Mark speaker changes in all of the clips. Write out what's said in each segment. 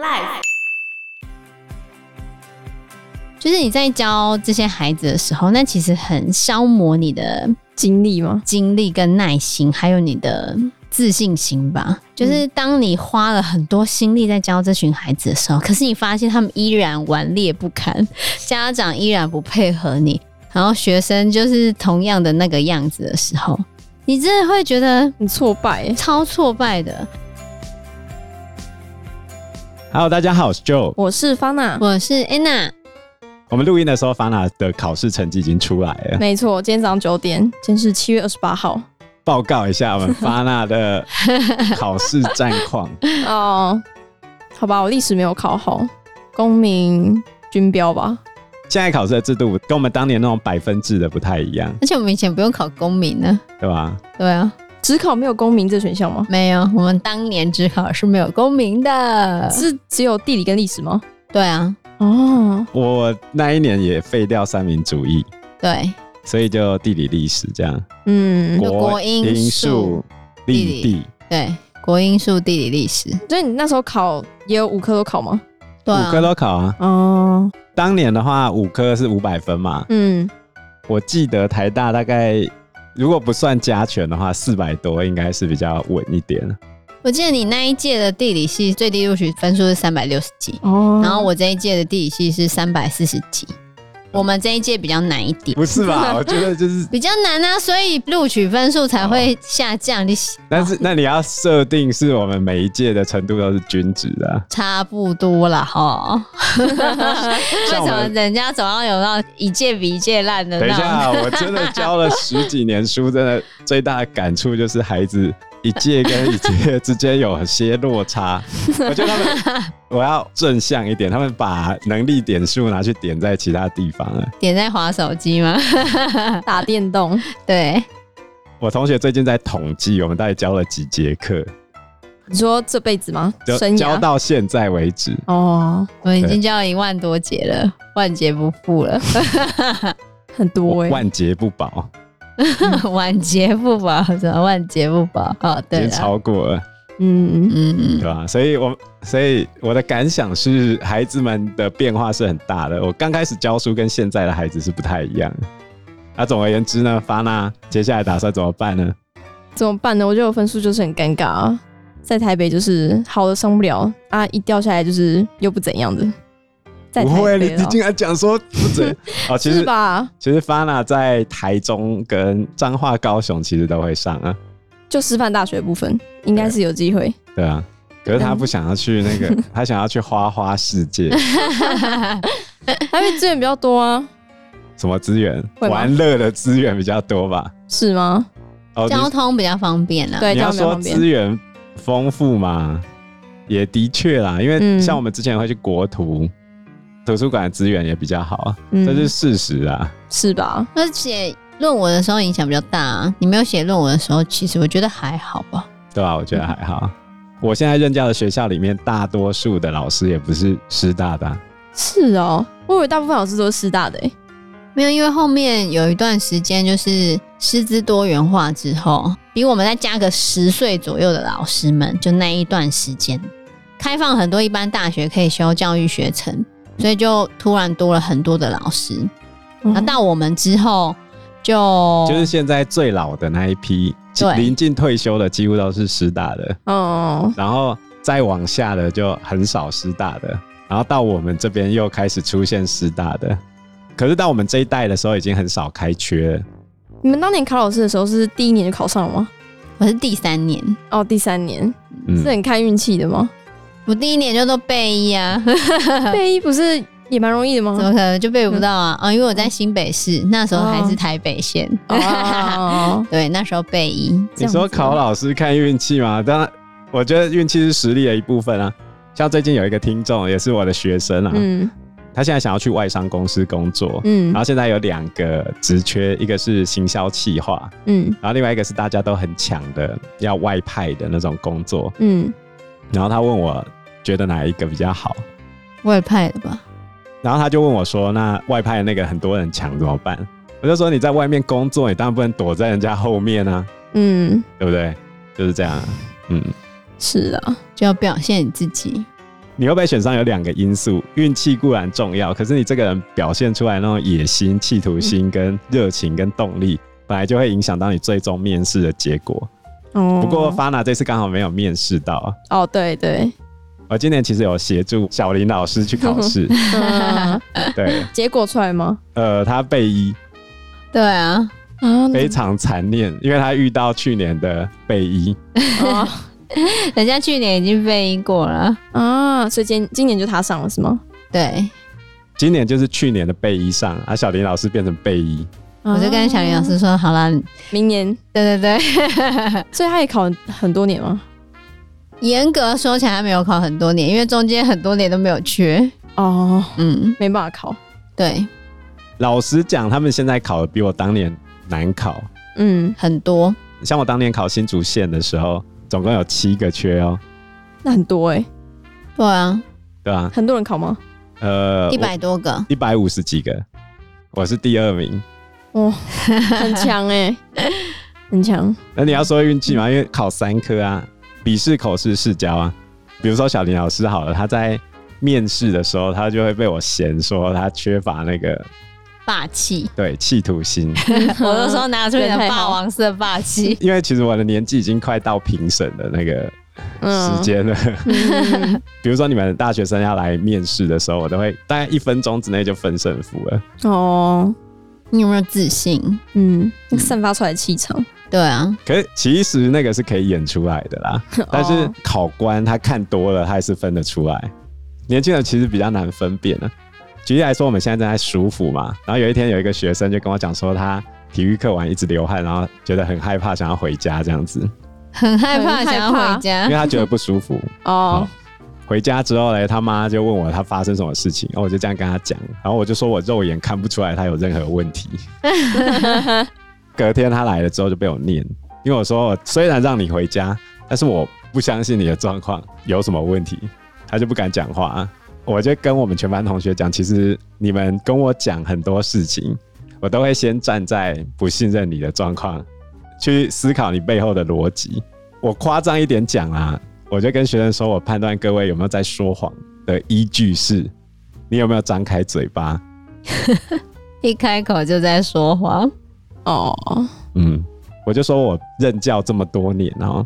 Speaker 1: life。
Speaker 2: 就是你在教这些孩子的时候，那其实很消磨你的
Speaker 3: 经历吗？
Speaker 2: 精力跟耐心，还有你的自信心吧。就是当你花了很多心力在教这群孩子的时候，可是你发现他们依然顽劣不堪，家长依然不配合你，然后学生就是同样的那个样子的时候，你真的会觉得
Speaker 3: 很挫败欸，
Speaker 2: 超挫败的。
Speaker 4: Hello，大家好，我是 Joe。
Speaker 3: 我是方 娜，
Speaker 2: 我是哎 Anna，
Speaker 4: 我们录音的时候，法娜的考试成绩已经出来了。
Speaker 3: 没错，今天早上九点，今天是七月二十八 号。
Speaker 4: 报告一下我们法 娜的考试战况。
Speaker 3: 哦，好吧，我历史没有考好，公民军标吧，
Speaker 4: 现在考试的制度跟我们当年那种百分制的不太一样，
Speaker 2: 而且我们以前不用考公民呢。
Speaker 4: 对吧？
Speaker 2: 对啊，
Speaker 3: 只考没有公民这选项吗？
Speaker 2: 没有，我们当年只考是没有公民的。
Speaker 3: 是只有地理跟历史吗？
Speaker 2: 对啊，
Speaker 3: 哦，
Speaker 4: 我那一年也废掉三民主义，
Speaker 2: 对，
Speaker 4: 所以就地理、历史这样。
Speaker 3: 嗯，
Speaker 2: 就国英
Speaker 4: 英
Speaker 2: 数、地
Speaker 4: 历地
Speaker 2: 对，国英数、地理、历史，
Speaker 3: 所以你那时候考也有五科都考吗？
Speaker 2: 对啊
Speaker 4: 五科，都考啊。
Speaker 3: 哦，
Speaker 4: 当年的话，五科是五百分嘛。
Speaker 3: 嗯，
Speaker 4: 我记得台大大概如果不算加权的话，四百多应该是比较稳一点。
Speaker 2: 我记得你那一届的地理系最低录取分数是三百六十几，
Speaker 3: 哦
Speaker 4: 嗯
Speaker 2: 然后我这一届的地理系是三百四十几，我们这一届比较难一点。
Speaker 4: 不 是吧？我觉得就是
Speaker 2: 比较难啊，所以录取分数才会下降，你
Speaker 4: 但是那你要设定是我们每一届的程度都是均值的啊、
Speaker 2: 差不多了哈。 为
Speaker 4: 像
Speaker 2: 什
Speaker 4: 我
Speaker 2: 么
Speaker 4: 们
Speaker 2: 人家总要有那种一届比一届烂的
Speaker 4: 等一
Speaker 2: 那
Speaker 4: 下
Speaker 2: 种？
Speaker 4: 啊，我真的教了十几年书，真的最大的感触就是孩子一届跟一届 之间有些落差。我觉得 他们，我要正向一点，他们把能力点数拿去点在其他地方了。
Speaker 2: 点在划手机吗？
Speaker 3: 打电动，
Speaker 2: 对，
Speaker 4: 我同学最近在统计我们到底教了几节课，
Speaker 3: 你说这辈子吗？
Speaker 4: 就
Speaker 3: 生
Speaker 4: 教
Speaker 3: 涯？
Speaker 4: 到现在为止。
Speaker 3: 哦，
Speaker 2: 我们已经教了一万多节了，万劫不复了，
Speaker 3: 很多哎、
Speaker 4: 万劫不保，
Speaker 2: 万劫不保，什么万劫不保？哦，
Speaker 4: 已
Speaker 2: 对
Speaker 4: 经
Speaker 2: 了，
Speaker 4: 超过了。
Speaker 3: 嗯，
Speaker 2: 嗯嗯。
Speaker 4: 对吧？所以我，所以我的感想是，孩子们的变化是很大的。我刚开始教书跟现在的孩子是不太一样的。那、总而言之呢，发娜接下来打算怎么办呢？
Speaker 3: 怎么办呢？我觉得我分数就是很尴尬啊，在台北就是好的上不了啊，一掉下来就是又不怎样的。在
Speaker 4: 不
Speaker 3: 台
Speaker 4: 会，
Speaker 3: 北
Speaker 4: 你
Speaker 3: 了
Speaker 4: 竟然讲说不 准哦。其
Speaker 3: 是
Speaker 4: 实，
Speaker 3: 吧？
Speaker 4: 其实发娜在台中跟彰化、高雄其实都会上啊，
Speaker 3: 就师范大学部分应该是有机会，
Speaker 4: 对啊。可是他不想要去那
Speaker 3: 嗯
Speaker 4: 个， 他想要去花花世界，
Speaker 3: 台北资源比较多啊，
Speaker 4: 什么资源？
Speaker 3: 会吗
Speaker 4: 玩乐的资源比较多吧？
Speaker 3: 是吗？
Speaker 4: 哦，你
Speaker 2: 交通比较方便啊啦。
Speaker 3: 对，
Speaker 4: 啊你
Speaker 3: 这
Speaker 4: 要
Speaker 3: 样比较
Speaker 4: 说
Speaker 3: 方
Speaker 4: 资
Speaker 3: 便。
Speaker 4: 源丰富嘛，也的确啦，因为
Speaker 3: 嗯
Speaker 4: 像我们之前会去国图、图书馆的资源也比较好啊，
Speaker 3: 嗯
Speaker 4: 这是事实啊。
Speaker 3: 是吧？
Speaker 2: 而且论文的时候影响比较大、啊。你没有写论文的时候，其实我觉得还好吧。
Speaker 4: 对吧、我觉得还好。我现在任教的学校里面，大多数的老师也不是师大的啊、
Speaker 3: 是哦，我以为大部分老师都是师大的、欸，
Speaker 4: 啊
Speaker 2: 没有，因为后面有一段时间就是师资多元化之后，比我们再加个十岁左右的老师们，就那一段时间开放很多一般大学可以修教育学程，所以就突然多了很多的老师。
Speaker 3: 嗯
Speaker 2: 那、到我们之后
Speaker 3: 哦
Speaker 2: 就
Speaker 4: 就是现在最老的那一批，
Speaker 2: 对
Speaker 4: 临近退休的几乎都是师大的，
Speaker 3: 哦，
Speaker 4: 然后再往下的就很少师大的，然后到我们这边又开始出现师大的，可是到我们这一代的时候，已经很少开缺了。
Speaker 3: 你们当年考老师的时候是第一年就考上了吗？
Speaker 2: 我是第三年，
Speaker 3: 哦，第三年
Speaker 4: 嗯
Speaker 3: 是很看运气的 吗？
Speaker 2: 我第一年就都备一啊。
Speaker 3: 背一不是也蛮容易的吗
Speaker 2: 怎？么可 能就背不到啊？啊、因为我在新北市，那时候还是台北县。，
Speaker 3: 哦
Speaker 2: 对，那时候北一，
Speaker 4: 你说考老师看运气吗？当然，我觉得运气是实力的一部分啊。像最近有一个听众也是我的学生 啊，
Speaker 3: 嗯
Speaker 4: 他现在想要去外商公司工作，
Speaker 3: 嗯
Speaker 4: 然后现在有两个职缺，一个是行销企划，
Speaker 3: 嗯
Speaker 4: 然后另外一个是大家都很抢的要外派的那种工作。
Speaker 3: 嗯，
Speaker 4: 然后他问我觉得哪一个比较好，
Speaker 2: 外派的吧？
Speaker 4: 然后他就问我说：“那外派的那个很多人抢怎么办？”我就说：“你在外面工作，你当然不能躲在人家后面啊，
Speaker 3: 嗯，
Speaker 4: 对不对？就是这样啊。”嗯，
Speaker 3: 是啊，
Speaker 2: 就要表现你自己。
Speaker 4: 你会被选上有两个因素，运气固然重要，可是你这个人表现出来那种野心、企图心、跟热情、跟动力，本来就会影响到你最终面试的结果。
Speaker 3: 哦
Speaker 4: 不过 Fana 这次刚好没有面试到啊，
Speaker 3: 哦，对对，
Speaker 4: 我今年其实有协助小林老师去考试，
Speaker 3: 嗯
Speaker 4: 对，
Speaker 3: 结果出来吗？
Speaker 4: 呃，他被一
Speaker 2: 对啊，
Speaker 3: 啊，
Speaker 4: 非常残念，因为他遇到去年的被一，
Speaker 3: 哦
Speaker 2: 啊人家去年已经被赢过了，
Speaker 3: 啊，所以今今年就他上了是吗？
Speaker 2: 对。
Speaker 4: 今年就是去年的被一上，啊，小林老师变成被一，
Speaker 2: 我就跟小林老师说，好啦，
Speaker 3: 啊明年，
Speaker 2: 对对对，
Speaker 3: 所以他也考很多年吗？
Speaker 2: 严格说起来他没有考很多年，因为中间很多年都没有缺。
Speaker 3: 哦，
Speaker 2: 嗯，
Speaker 3: 没办法考，
Speaker 2: 对，
Speaker 4: 老实讲，他们现在考的比我当年难考。
Speaker 3: 嗯，
Speaker 2: 很多。
Speaker 4: 像我当年考新竹县的时候，总共有七个缺哦，
Speaker 3: 那很多哎，
Speaker 2: 对啊，
Speaker 4: 对吧、
Speaker 3: 很多人 考吗？
Speaker 4: 呃，
Speaker 2: 一百多个。
Speaker 4: 一百五十几个，我是第二名。
Speaker 3: 哦，很强哎，很强，
Speaker 4: 那你要说运气嘛，
Speaker 2: 嗯
Speaker 4: 因为考三科啊，笔试、口试、试教啊。比如说小林老师好了，他在面试的时候，他就会被我嫌说他缺乏那个
Speaker 2: 霸气，
Speaker 4: 对企图心，
Speaker 2: 我都说拿出你的
Speaker 3: 人太
Speaker 2: 霸
Speaker 3: 好
Speaker 2: 王色霸气。
Speaker 4: 因为其实我的年纪已经快到评审的那个时间了。
Speaker 3: 嗯，
Speaker 4: 比如说你们大学生要来面试的时候，我都会大概一分钟之内就分胜负了。
Speaker 3: 哦，
Speaker 2: 你有没有自信？
Speaker 3: 嗯，那个散发出来的气场，
Speaker 2: 对啊，
Speaker 4: 可是其实那个是可以演出来的啦，但是
Speaker 3: 哦
Speaker 4: 考官他看多了，他还是分得出来。年轻人其实比较难分辨呢、举例来说，我们现在正在舒服嘛，然后有一天有一个学生就跟我讲说，他体育课完一直流汗，然后觉得很害怕，想要回家这样子，
Speaker 2: 很害怕，
Speaker 3: 很害
Speaker 2: 想要
Speaker 3: 怕
Speaker 2: 回
Speaker 4: 因
Speaker 2: 家
Speaker 4: 为。他觉得不舒服。
Speaker 3: 哦
Speaker 4: 好，回家之后嘞，他妈就问我他发生什么事情，然后我就这样跟他讲，然后我就说我肉眼看不出来他有任何问题。隔天他来了之后就被我念，因为我说我虽然让你回家，但是我不相信你的状况有什么问题，他就不敢讲话。我就跟我们全班同学讲，其实你们跟我讲很多事情，我都会先站在不信任你的状况去思考你背后的逻辑。我夸张一点讲啊，我就跟学生说，我判断各位有没有在说谎的依据是，你有没有张开嘴巴？
Speaker 2: 一开口就在说谎，
Speaker 3: 哦，
Speaker 4: 嗯，我就说我任教这么多年哦，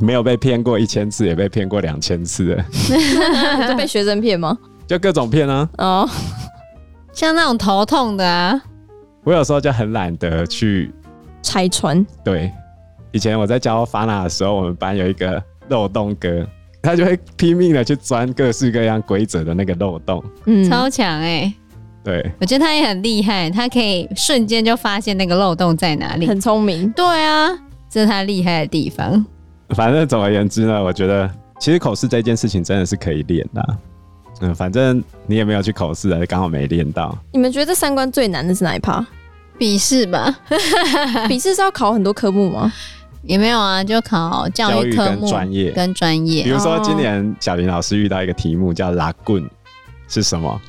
Speaker 4: 没有被骗过一千次，也被骗过两千次了，
Speaker 3: 哦就被学生骗吗？
Speaker 4: 就各种骗啊。
Speaker 3: 哦，
Speaker 2: 像那种头痛的啊，
Speaker 4: 我有时候就很懒得去
Speaker 3: 拆穿，
Speaker 4: 对。以前我在教法纳的时候，我们班有一个漏洞哥，他就会拼命的去钻各式各样规则的那个漏洞。
Speaker 3: 嗯，
Speaker 2: 超强哎、
Speaker 4: 对，
Speaker 2: 我觉得他也很厉害，他可以瞬间就发现那个漏洞在哪里。
Speaker 3: 很聪明，
Speaker 2: 对啊，这是他厉害的地方。
Speaker 4: 反正总而言之呢，我觉得其实口试这件事情真的是可以练的啊。嗯，反正你也没有去口试啊，刚好没练到。
Speaker 3: 你们觉得这三关最难的是哪一 趴？
Speaker 2: 笔试吧，
Speaker 3: 笔试是要考很多科目吗？
Speaker 2: 也没有啊，就考教
Speaker 4: 教育
Speaker 2: 育科
Speaker 4: 跟
Speaker 2: 目
Speaker 4: 专业
Speaker 2: 跟专
Speaker 4: 比
Speaker 2: 业。啊
Speaker 4: 如说今年小林老师遇到一个题目叫拉棍，是什么？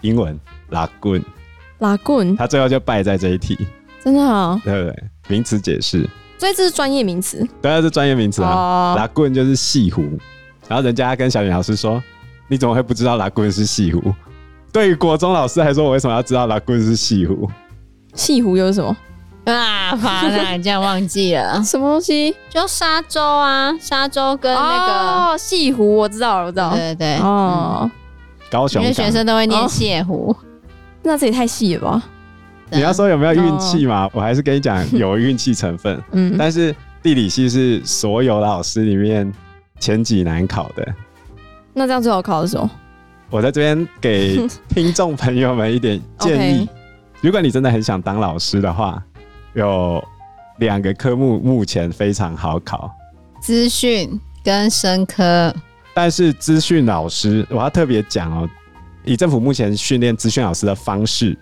Speaker 4: 英文拉棍，
Speaker 3: 拉棍，
Speaker 4: 他最后就败在这一题，
Speaker 3: 真的啊、哦，
Speaker 4: 对不对？名词解释，
Speaker 3: 所以这是专业名词
Speaker 4: 当然是专业名词啊。
Speaker 3: 哦。
Speaker 4: 拉棍就是戏湖，然后人家跟小林老师说：“你怎么会不知道拉棍是戏湖？”对于国中老师来说，我为什么要知道拉棍是戏湖？
Speaker 3: 西湖又是什么？，
Speaker 2: 啊，法兰你竟然忘记了
Speaker 3: 什么东西？
Speaker 2: 就沙洲啊，沙洲跟那
Speaker 3: 哦，西湖，我知道了，我知
Speaker 2: 个，
Speaker 3: 道。
Speaker 2: 对对对，嗯，
Speaker 3: 哦，
Speaker 4: 高
Speaker 2: 因
Speaker 4: 雄
Speaker 2: 为
Speaker 4: 港
Speaker 2: 学生都会念泻湖。
Speaker 3: 那这也太细了吧？
Speaker 4: 你要说有没有运气嘛？我还是跟你讲有运气成分，
Speaker 3: 哦嗯，
Speaker 4: 但是地理系是所有老师里面前几难考的。
Speaker 3: 那这样最好考的时候，
Speaker 4: 我在这边给听众朋友们一点建议
Speaker 3: OK
Speaker 4: 如果你真的很想当老师的话，有两个科目目前非常好考，
Speaker 2: 资讯跟生科，
Speaker 4: 但是资讯老师，我要特别讲哦，以政府目前训练资讯老师的方式，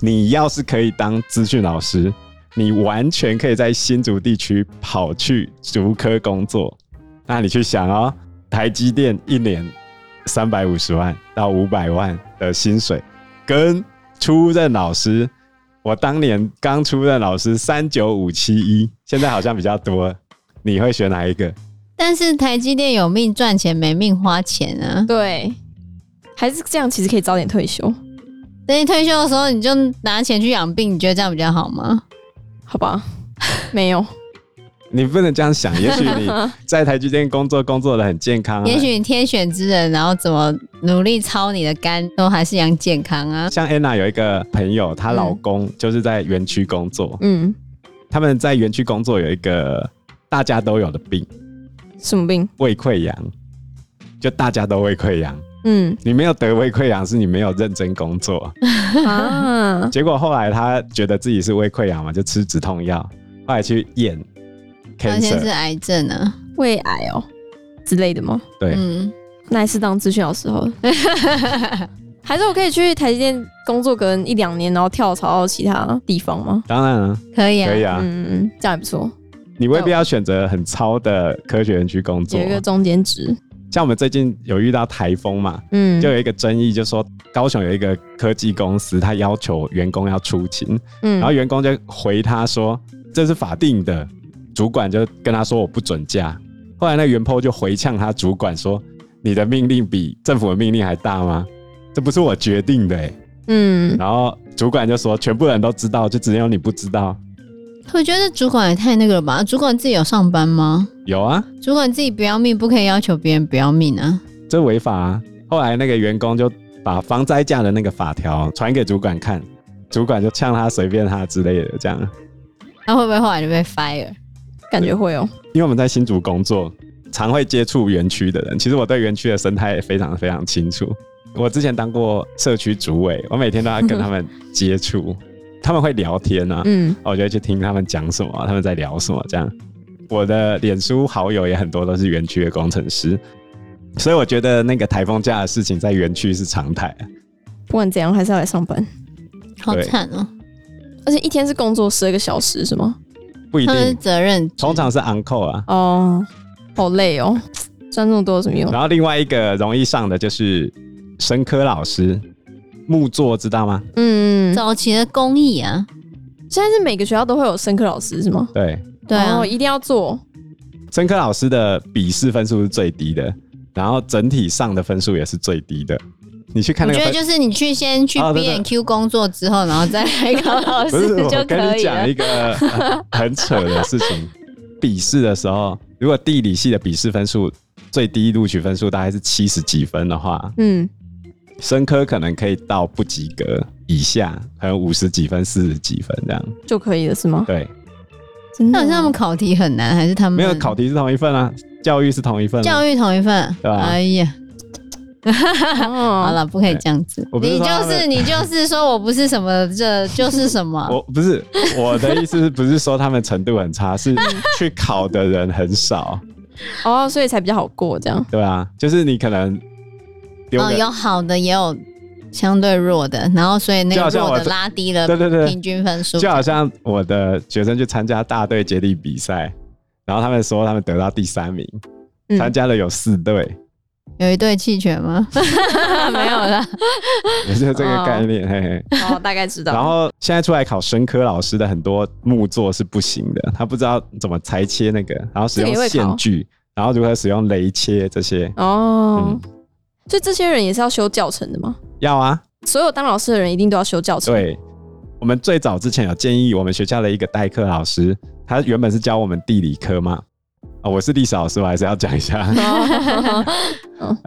Speaker 4: 你要是可以当资讯老师，你完全可以在新竹地区跑去竹科工作。那你去想哦，台积电一年三百五十万到五百万的薪水，跟出任老师，我当年刚出任老师三九五七一，现在好像比较多，你会选哪一个？
Speaker 2: 但是台积电有命赚钱，没命花钱啊。
Speaker 3: 对，还是这样，其实可以早点退休，
Speaker 2: 等你退休的时候，你就拿钱去养病，你觉得这样比较好吗？
Speaker 3: 好 吧？没有，
Speaker 4: 你不能这样想，也许你在台积电工作，工作的很健康、啊，
Speaker 2: 也许你天选之人，然后怎么努力操你的肝，都还是养健康啊。
Speaker 4: 像 Anna 有一个朋友，她老公
Speaker 2: 嗯
Speaker 4: 就是在园区工作，
Speaker 3: 嗯，
Speaker 4: 他们在园区工作有一个大家都有的病
Speaker 3: 什么病？
Speaker 4: ——胃溃疡，就大家都胃溃疡。
Speaker 3: 嗯
Speaker 4: 你没有得胃溃疡，是你没有认真 工作。
Speaker 3: 啊，
Speaker 4: 结果后来她觉得自己是胃溃疡嘛，就吃止痛药，后来去验
Speaker 2: 发现是
Speaker 4: cancer，
Speaker 2: 癌症啊。
Speaker 3: 胃癌哦之类的吗？
Speaker 4: 对
Speaker 2: 嗯，
Speaker 3: 那还是当资讯老师好了。还是我可以去台积电工作个一两年，然后跳槽到其他地方吗？
Speaker 4: 当然了，
Speaker 2: 可以啊。
Speaker 4: 可以啊，
Speaker 3: 嗯，这样也不错，
Speaker 4: 你未必要选择很糙的科学园区工作啊
Speaker 3: 有一。个中间值。
Speaker 4: 像我们最近有遇到台风嘛，
Speaker 3: 嗯，
Speaker 4: 就有一个争议，就说高雄有一个科技公司，他要求员工要出勤，
Speaker 3: 嗯
Speaker 4: 然后员工就回他说这是法定的，主管就跟他说我不准假。后来那袁坡就回呛他主管说：“你的命令比政府的命令还大吗？这不是我决定的、欸。
Speaker 3: 嗯”，
Speaker 4: 然后主管就说：“全部人都知道，就只有你不知道。
Speaker 2: 我觉得主管也太那个了吧？主管自己有上班吗？”
Speaker 4: 有啊，
Speaker 2: 主管自己不要命，不可以要求别人不要命啊。
Speaker 4: 这违法啊！后来那个员工就把防灾假的那个法条传给主管看，主管就呛他随便他之类的这样。
Speaker 2: 那会不会后来就被 fire？
Speaker 3: 感觉会哦。
Speaker 4: 因为我们在新竹工作，常会接触园区的人。其实我对园区的生态也非常非常清楚。我之前当过社区主委，我每天都要跟他们接触，他们会聊天啊，
Speaker 3: 嗯，
Speaker 4: 我就会去听他们讲什么，他们在聊什么这样。我的脸书好友也很多都是园区的工程师，所以我觉得那个台风假的事情在园区是常态啊。
Speaker 3: 不管怎样还是要来上班，
Speaker 2: 好
Speaker 4: 对
Speaker 2: 惨哦、
Speaker 3: 而且一天是工作十二个小时是吗？
Speaker 4: 不一
Speaker 2: 他们是
Speaker 4: 定，
Speaker 2: 责任制
Speaker 4: 通常是 uncle 啊。
Speaker 3: 哦，好累哦，赚这么多有什么用？
Speaker 4: 然后另外一个容易上的就是生科老师，木作知道吗？
Speaker 3: 嗯，
Speaker 2: 早期的公益啊，
Speaker 3: 现在是每个学校都会有生科老师是吗？
Speaker 4: 对，
Speaker 2: 对啊，
Speaker 3: 哦一定 要做。
Speaker 4: 生科老师的笔试分数是最低的，然后整体上的分数也是最低的。你去看
Speaker 2: 我
Speaker 4: 那个
Speaker 2: 觉得
Speaker 4: 分，
Speaker 2: 就是你去先去
Speaker 4: 哦
Speaker 2: B
Speaker 4: 对
Speaker 2: N
Speaker 4: 对
Speaker 2: Q 工作之后，然后 再来考老
Speaker 4: 不
Speaker 2: 师
Speaker 4: 是我
Speaker 2: 就
Speaker 4: 跟
Speaker 2: 可
Speaker 4: 你
Speaker 2: 以了
Speaker 4: 讲。一个很很扯的事情。笔试的时候，如果地理系的笔试分数最低录取分数大概是七十几分的话，
Speaker 3: 嗯，
Speaker 4: 生科可能可以到不及格以下，可能五十几分、四十几分这样。
Speaker 3: 就可以了是吗？
Speaker 4: 对，
Speaker 3: 真的
Speaker 2: 那
Speaker 3: 哦
Speaker 2: 是他们考题很难，还是他们
Speaker 4: 没有考题是同一份啊，教育是同一份、啊。
Speaker 2: 教育同一份？
Speaker 4: 对吧嗯
Speaker 2: 哎呀，
Speaker 3: 哦
Speaker 2: 好了，不可以这样子。
Speaker 4: 我不是
Speaker 2: 你
Speaker 4: 说他
Speaker 2: 就
Speaker 4: 们
Speaker 2: 是你就是说我不是什么，这就是什
Speaker 3: 啊
Speaker 2: 么。
Speaker 4: 我不是我的意思，是不是说他们程度 很差，是去考的人很少。
Speaker 3: 哦，所以才比较好过这样。
Speaker 4: 对啊，就是你可能丢
Speaker 2: 哦，
Speaker 4: 个、
Speaker 2: 有好的，也有相对弱的，然后所以那
Speaker 4: 就
Speaker 2: 个
Speaker 4: 好像
Speaker 2: 弱
Speaker 4: 我
Speaker 2: 的
Speaker 4: 这
Speaker 2: 拉低了
Speaker 4: 对对对
Speaker 2: 平均分数。
Speaker 4: 就好像我的学生去参加大队接力比赛，然后他们说他们得到第三名，
Speaker 3: 嗯
Speaker 4: 参加了有四队，
Speaker 2: 有一对弃权吗？没有啦。
Speaker 4: 也就是这个概念。嘿嘿。
Speaker 3: 哦，大概知
Speaker 4: 然
Speaker 3: 道。
Speaker 4: 后现在出来考生科老师的很多木作是不行的，他不知道怎么裁切那个，然后
Speaker 3: 这
Speaker 4: 使
Speaker 3: 个也
Speaker 4: 用
Speaker 3: 会考
Speaker 4: 线锯，然后如何使用雷切这些。
Speaker 3: 哦
Speaker 4: 嗯，，
Speaker 3: 所以这些人也是要修教程的吗？
Speaker 4: 要啊，
Speaker 3: 所有当老师的人一定都要修教程。，
Speaker 4: 对，我们最早之前有建议我们学校的一个代课老师，他原本是教我们地理科嘛，啊、我是历史老师，我还是要讲一下，啊
Speaker 3: 哦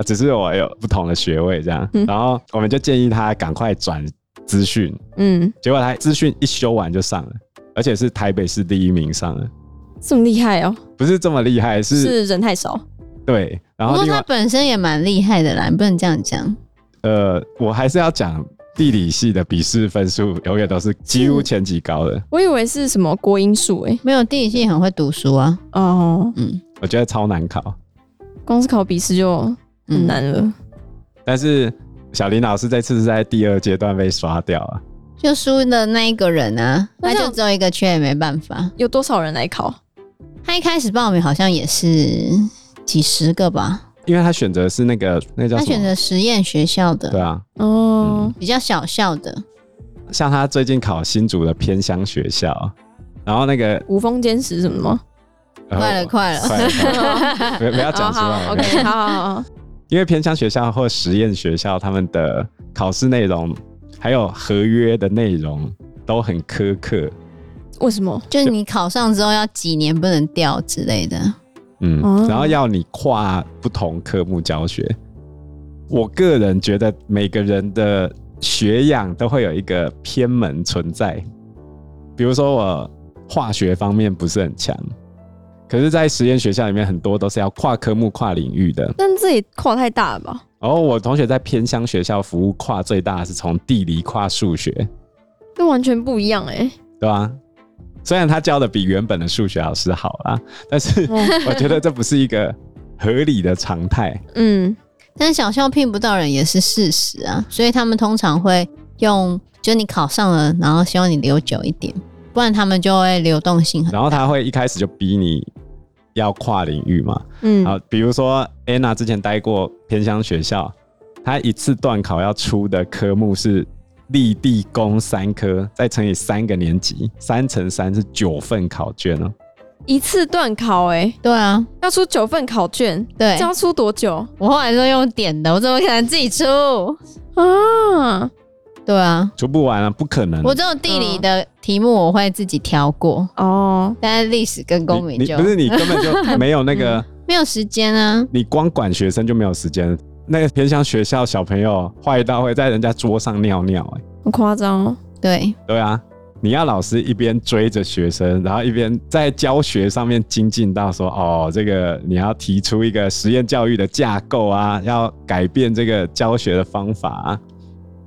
Speaker 4: 只是我有不同的学位这样，然后我们就建议他赶快转资讯，
Speaker 3: 嗯，
Speaker 4: 结果他资讯一修完就上了，而且是台北市第一名上了，
Speaker 3: 这么厉害哦，
Speaker 4: 不是这么厉害，是
Speaker 3: 是人太少。
Speaker 4: 对，然
Speaker 2: 不
Speaker 4: 后
Speaker 2: 过
Speaker 4: 另
Speaker 2: 他
Speaker 4: 外
Speaker 2: 本身也蛮厉害的啦，你不能这样讲。
Speaker 4: 呃，我还是要讲。地理系的笔试分数永远都是几乎前几高的，
Speaker 3: 我以为是什么国音数诶。
Speaker 2: 没有地理系很会读书啊，
Speaker 3: 哦，
Speaker 4: 我觉得超难考。
Speaker 3: 光是考笔试就很
Speaker 2: 嗯
Speaker 3: 难了。
Speaker 4: 但是小林老师这次是在第二阶段被刷掉啊，
Speaker 2: 就输的那一个人啊，
Speaker 3: 那
Speaker 2: 他
Speaker 3: 这样
Speaker 2: 就只有一个缺，也没办法。
Speaker 3: 有多少人来考？
Speaker 2: 他一开始报名好像也是几十个吧，
Speaker 4: 因为他选择是那个那个叫
Speaker 2: 他
Speaker 4: 什
Speaker 2: 选
Speaker 4: 么？
Speaker 2: 择实验学校
Speaker 4: 对
Speaker 2: 的，
Speaker 4: 啊，
Speaker 3: 哦，
Speaker 2: 比较小校的。
Speaker 4: 像他最近考新竹的偏乡学校，然后那个
Speaker 3: 无风监视什么的吗？
Speaker 4: 然后
Speaker 2: 快了快了
Speaker 4: 快了，快了不不要讲出
Speaker 3: 哦好好
Speaker 4: 来。不要
Speaker 3: ，OK，好好好好，
Speaker 4: 因为偏向学校或实验学校，他们的考试内容还有合约的内容都很苛刻。
Speaker 3: 为什么？
Speaker 2: 就是你考上之后要几年不能掉之类的。
Speaker 4: 嗯，
Speaker 3: 哦
Speaker 4: 然后要你跨不同科目教学。我个人觉得每个人的学养都会有一个偏门存在，比如说我化学方面不是很强，可是，在实验学校里面很多都是要跨科目、跨领域的。
Speaker 3: 但这也跨太大了吧？
Speaker 4: 然后我同学在偏乡学校服务跨最大的是从地理跨数学，
Speaker 3: 这完全不一样哎、
Speaker 4: 对吧、虽然他教的比原本的数学老师好啦，但是 我觉得这不是一个合理的常态。
Speaker 3: 嗯，
Speaker 2: 但小校聘不到人也是事实啊，所以他们通常会用，就你考上了，然后希望你留久一点，不然他们就会流动性很。
Speaker 4: 然后他会一开始就逼你要跨领域嘛。
Speaker 3: 嗯，
Speaker 4: 好，比如说 Anna 之前待过偏乡学校，她一次段考要出的科目是立地公三科，再乘以三个年级，三乘三是九份考卷哦。
Speaker 3: 一次段考哎、
Speaker 2: 对啊，
Speaker 3: 要出九份考卷，
Speaker 2: 对
Speaker 3: 这，要出多久
Speaker 2: 我后来都用点的，我怎么可能自己出？
Speaker 3: 啊？
Speaker 2: 对啊，
Speaker 4: 出不完啊，不可能。
Speaker 2: 我只有地理的题目我会自己挑过，
Speaker 3: 哦，
Speaker 2: 但是历史跟公
Speaker 4: 你
Speaker 2: 民
Speaker 4: 你
Speaker 2: 就嗯
Speaker 4: 不是你根 本就没有那个，
Speaker 2: 没有时间啊。
Speaker 4: 你光管学生就没有时间。那个偏乡学校小朋友坏到会在人家桌上尿尿、欸，
Speaker 3: 很夸张哦。
Speaker 2: 对，
Speaker 4: 对啊，你要老师一边追着学生，然后一边在教学上面精进到说，哦，这个你要提出一个实验教育的架构啊，要改变这个教学的方法、啊。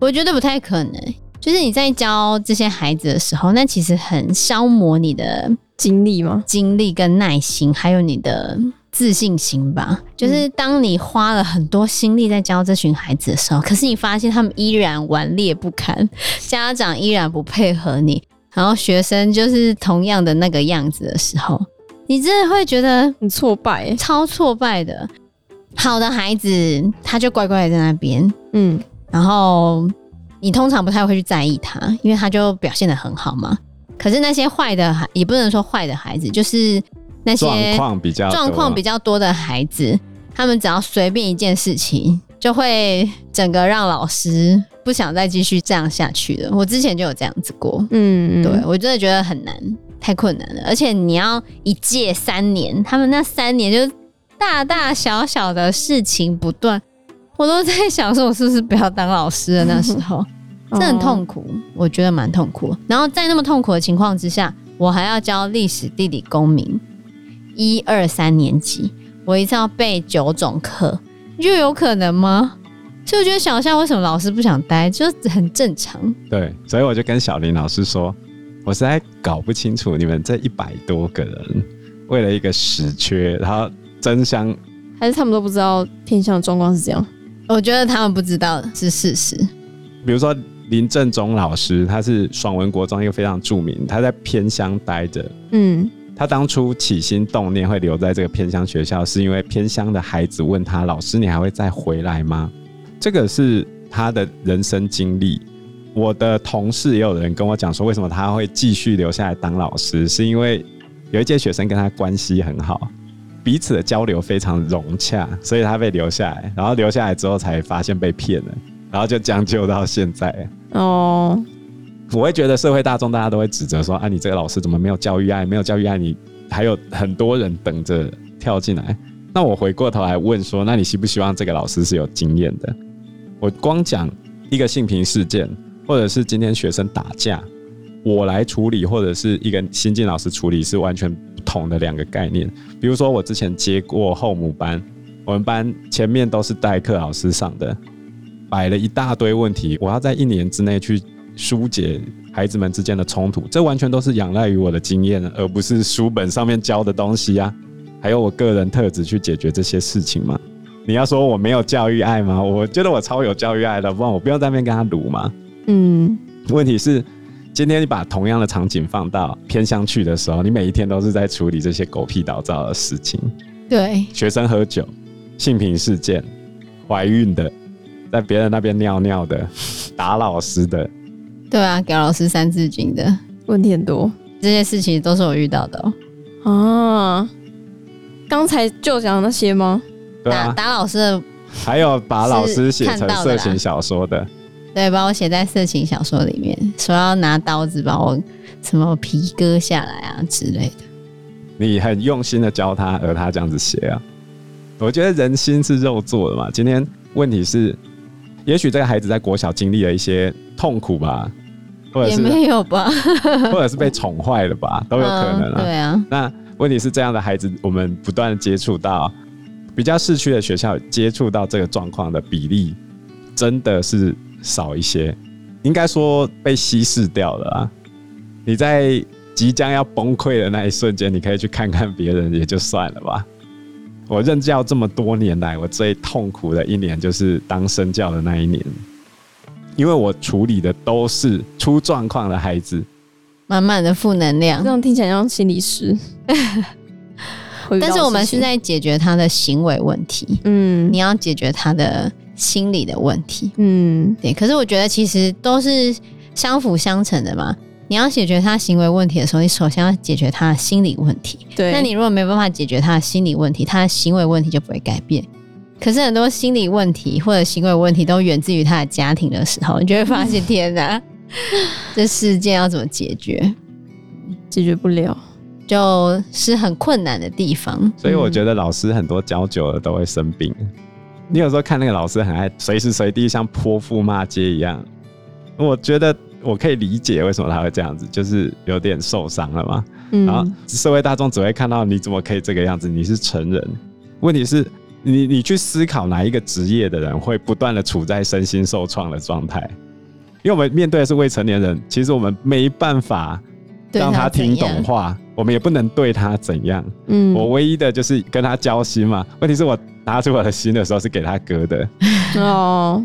Speaker 2: 我觉得不太可能。就是你在教这些孩子的时候，那其实很消磨你的
Speaker 3: 经历吗？
Speaker 2: 精力跟耐心，还有你的自信心吧。就是当你花了很多心力在教这群孩子的时候，可是你发现他们依然顽劣不堪，家长依然不配合你，然后学生就是同样的那个样子的时候，你真的会觉得
Speaker 3: 很挫败、欸，
Speaker 2: 超挫败的。好的孩子，他就乖乖的在那边，
Speaker 3: 嗯，
Speaker 2: 然后你通常不太会去在意他，因为他就表现的很好嘛。可是那些坏的孩，也不能说坏的孩子，就是那
Speaker 4: 状
Speaker 2: 些
Speaker 4: 况啊比较
Speaker 2: 状况比
Speaker 4: 较
Speaker 2: 较多的孩子，他们只要随便一件事情，就会整个让老师不想再继续这样下去了。我之前就有这样子过，
Speaker 3: 嗯，
Speaker 2: 对，我真的觉得很难，太困难了。而且你要一届三年，他们那三年就是大大小小的事情不断，我都在想说，我是不是不要当老师了？那时候
Speaker 3: 哦
Speaker 2: 这很痛苦，我觉得蛮痛苦。然后在那么痛苦的情况之下，我还要教历史、地理、公民，一二三年级，我一次要背九种课，你觉得有可能吗？所以我觉得小夏为什么老师不想待，就是很正常。
Speaker 4: 对，所以我就跟小林老师说，我实在搞不清楚你们这一百多个人为了一个死缺，然后争相
Speaker 3: 还是他们都不知道偏向的状况是这样。
Speaker 2: 我觉得他们不知道是事实。
Speaker 4: 比如说林正中老师，他是爽文国中一个非常著名，他在偏乡待着。
Speaker 3: 嗯，
Speaker 4: 他当初起心动念会留在这个偏乡学校，是因为偏乡的孩子问他：“老师，你还会再回来吗？”这个是他的人生经历。我的同事也有人跟我讲说，为什么他会继续留下来当老师，是因为有一届学生跟他关系很好，彼此的交流非常融洽，所以他被留下来。然后留下来之后才发现被骗了，然后就将就到现在。
Speaker 3: 哦，
Speaker 4: 我会觉得社会大众大家都会指责说啊，你这个老师怎么没有教育爱，没有教育爱，你还有很多人等着跳进来。那我回过头来问说，那你希不希望这个老师是有经验的？我光讲一个性平事件，或者是今天学生打架，我来处理，或者是一个新进老师处理，是完全不同的两个概念。比如说，我之前接过后母班，我们班前面都是代课老师上的，摆了一大堆问题，我要在一年之内去疏解孩子们之间的冲突，这完全都是仰赖于我的经验，而不是书本上面教的东西啊，还有我个人特质去解决这些事情嘛。你要说我没有教育爱吗？我觉得我超有教育爱的，不然我不要在那边跟他撸嘛。
Speaker 3: 嗯，
Speaker 4: 问题是，今天你把同样的场景放到偏乡去的时候，你每一天都是在处理这些狗屁倒灶的事情。
Speaker 2: 对，
Speaker 4: 学生喝酒、性平事件、怀孕的、在别人那边尿尿的、打老师的，
Speaker 2: 对啊，给老师三字经的
Speaker 3: 问题很多
Speaker 2: 这些事情都是我遇到的、哦。
Speaker 3: 啊。刚才就讲那些吗？
Speaker 4: 对
Speaker 2: 打
Speaker 4: 啊，
Speaker 2: 打老师的，
Speaker 4: 还有把老师写
Speaker 2: 是看
Speaker 4: 成
Speaker 2: 到的
Speaker 4: 色
Speaker 2: 啦
Speaker 4: 情小说的，
Speaker 2: 对，把我写在色情小说里面，说要拿刀子把我什么皮割下来啊之类的。
Speaker 4: 你很用心的教他，而他这样子写啊。我觉得人心是肉做的嘛。今天问题是，也许这个孩子在国小经历了一些痛苦吧，或者
Speaker 2: 也
Speaker 4: 是
Speaker 2: 没有吧，
Speaker 4: 或者是被宠坏了吧，都有可能啊。
Speaker 2: 嗯对啊，
Speaker 4: 那问题是这样的孩子，我们不断地接触到比较市区的学校，接触到这个状况的比例真的是少一些，应该说被稀释掉了啊。你在即将要崩溃的那一瞬间，你可以去看看别人，也就算了吧。我任教这么多年来，我最痛苦的一年就是当身教的那一年，因为我处理的都是出状况的孩子，
Speaker 2: 满满的负能量
Speaker 3: 这。样听起来像心理师。会遇到
Speaker 2: 但是我们
Speaker 3: 的事
Speaker 2: 是
Speaker 3: 情
Speaker 2: 在解决他的行为问题，
Speaker 3: 嗯
Speaker 2: 你要解决他的心理的问题。
Speaker 3: 嗯
Speaker 2: 对，可是我觉得其实都是相辅相成的嘛。你要解决他行为问题的时候，你首先要解决他的心理问题。
Speaker 3: 对，
Speaker 2: 那你如果没办法解决他的心理问题，他的行为问题就不会改变。可是很多心理问题或者行为问题都源自于他的家庭的时候，你就会发现，天 哪，这事件要怎么解决，
Speaker 3: 解决不了，
Speaker 2: 就是很困难的地方。
Speaker 4: 所以我
Speaker 2: 嗯
Speaker 4: 觉得老师很多教久了都会生病。你有时候看那个老师很爱随时随地像泼妇骂街一样，我觉得我可以理解为什么他会这样子，就是有点受伤了嘛。然后
Speaker 3: 嗯，
Speaker 4: 社会大众只会看到你怎么可以这个样子，你是成人。问题是，你你去思考哪一个职业的人会不断的处在身心受创的状态？因为我们面对的是未成年人，其实我们没办法
Speaker 2: 对
Speaker 4: 让他
Speaker 2: 他
Speaker 4: 听
Speaker 2: 怎样
Speaker 4: 懂话，我们也不能对他怎样。
Speaker 3: 嗯，
Speaker 4: 我唯一的就是跟他交心嘛。问题是我拿出我的心的时候是给他割的，
Speaker 3: 哦，